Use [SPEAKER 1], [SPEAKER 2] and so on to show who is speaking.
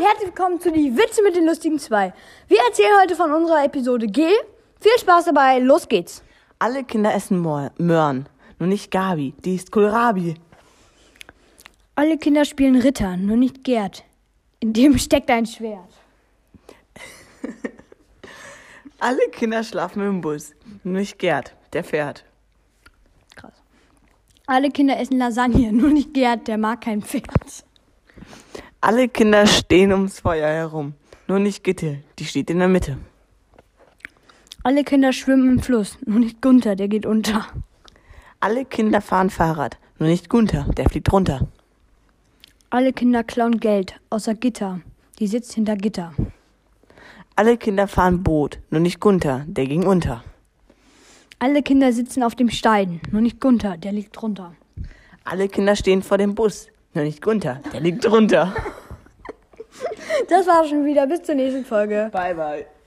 [SPEAKER 1] herzlich willkommen zu die Witze mit den lustigen zwei. Wir erzählen heute von unserer Episode G. Viel Spaß dabei, los geht's.
[SPEAKER 2] Alle Kinder essen Mor- Möhren. Nur nicht Gabi, die ist Kohlrabi.
[SPEAKER 1] Alle Kinder spielen Ritter, nur nicht Gerd. In dem steckt ein Schwert.
[SPEAKER 2] Alle Kinder schlafen im Bus. Nur nicht Gerd, der fährt.
[SPEAKER 1] Krass. Alle Kinder essen Lasagne, nur nicht Gerd, der mag kein Pferd.
[SPEAKER 2] Alle Kinder stehen ums Feuer herum. Nur nicht Gitte, die steht in der Mitte.
[SPEAKER 1] Alle Kinder schwimmen im Fluss, nur nicht Gunther, der geht unter.
[SPEAKER 2] Alle Kinder fahren Fahrrad. Nur nicht Gunther, der fliegt runter.
[SPEAKER 1] Alle Kinder klauen Geld, außer Gitter. Die sitzt hinter Gitter.
[SPEAKER 2] Alle Kinder fahren Boot. Nur nicht Gunther, der ging unter.
[SPEAKER 1] Alle Kinder sitzen auf dem Stein, nur nicht Gunther, der liegt drunter.
[SPEAKER 2] Alle Kinder stehen vor dem Bus. Nur nicht Gunther, der liegt runter.
[SPEAKER 1] Das war's schon wieder, bis zur nächsten Folge.
[SPEAKER 2] Bye, bye.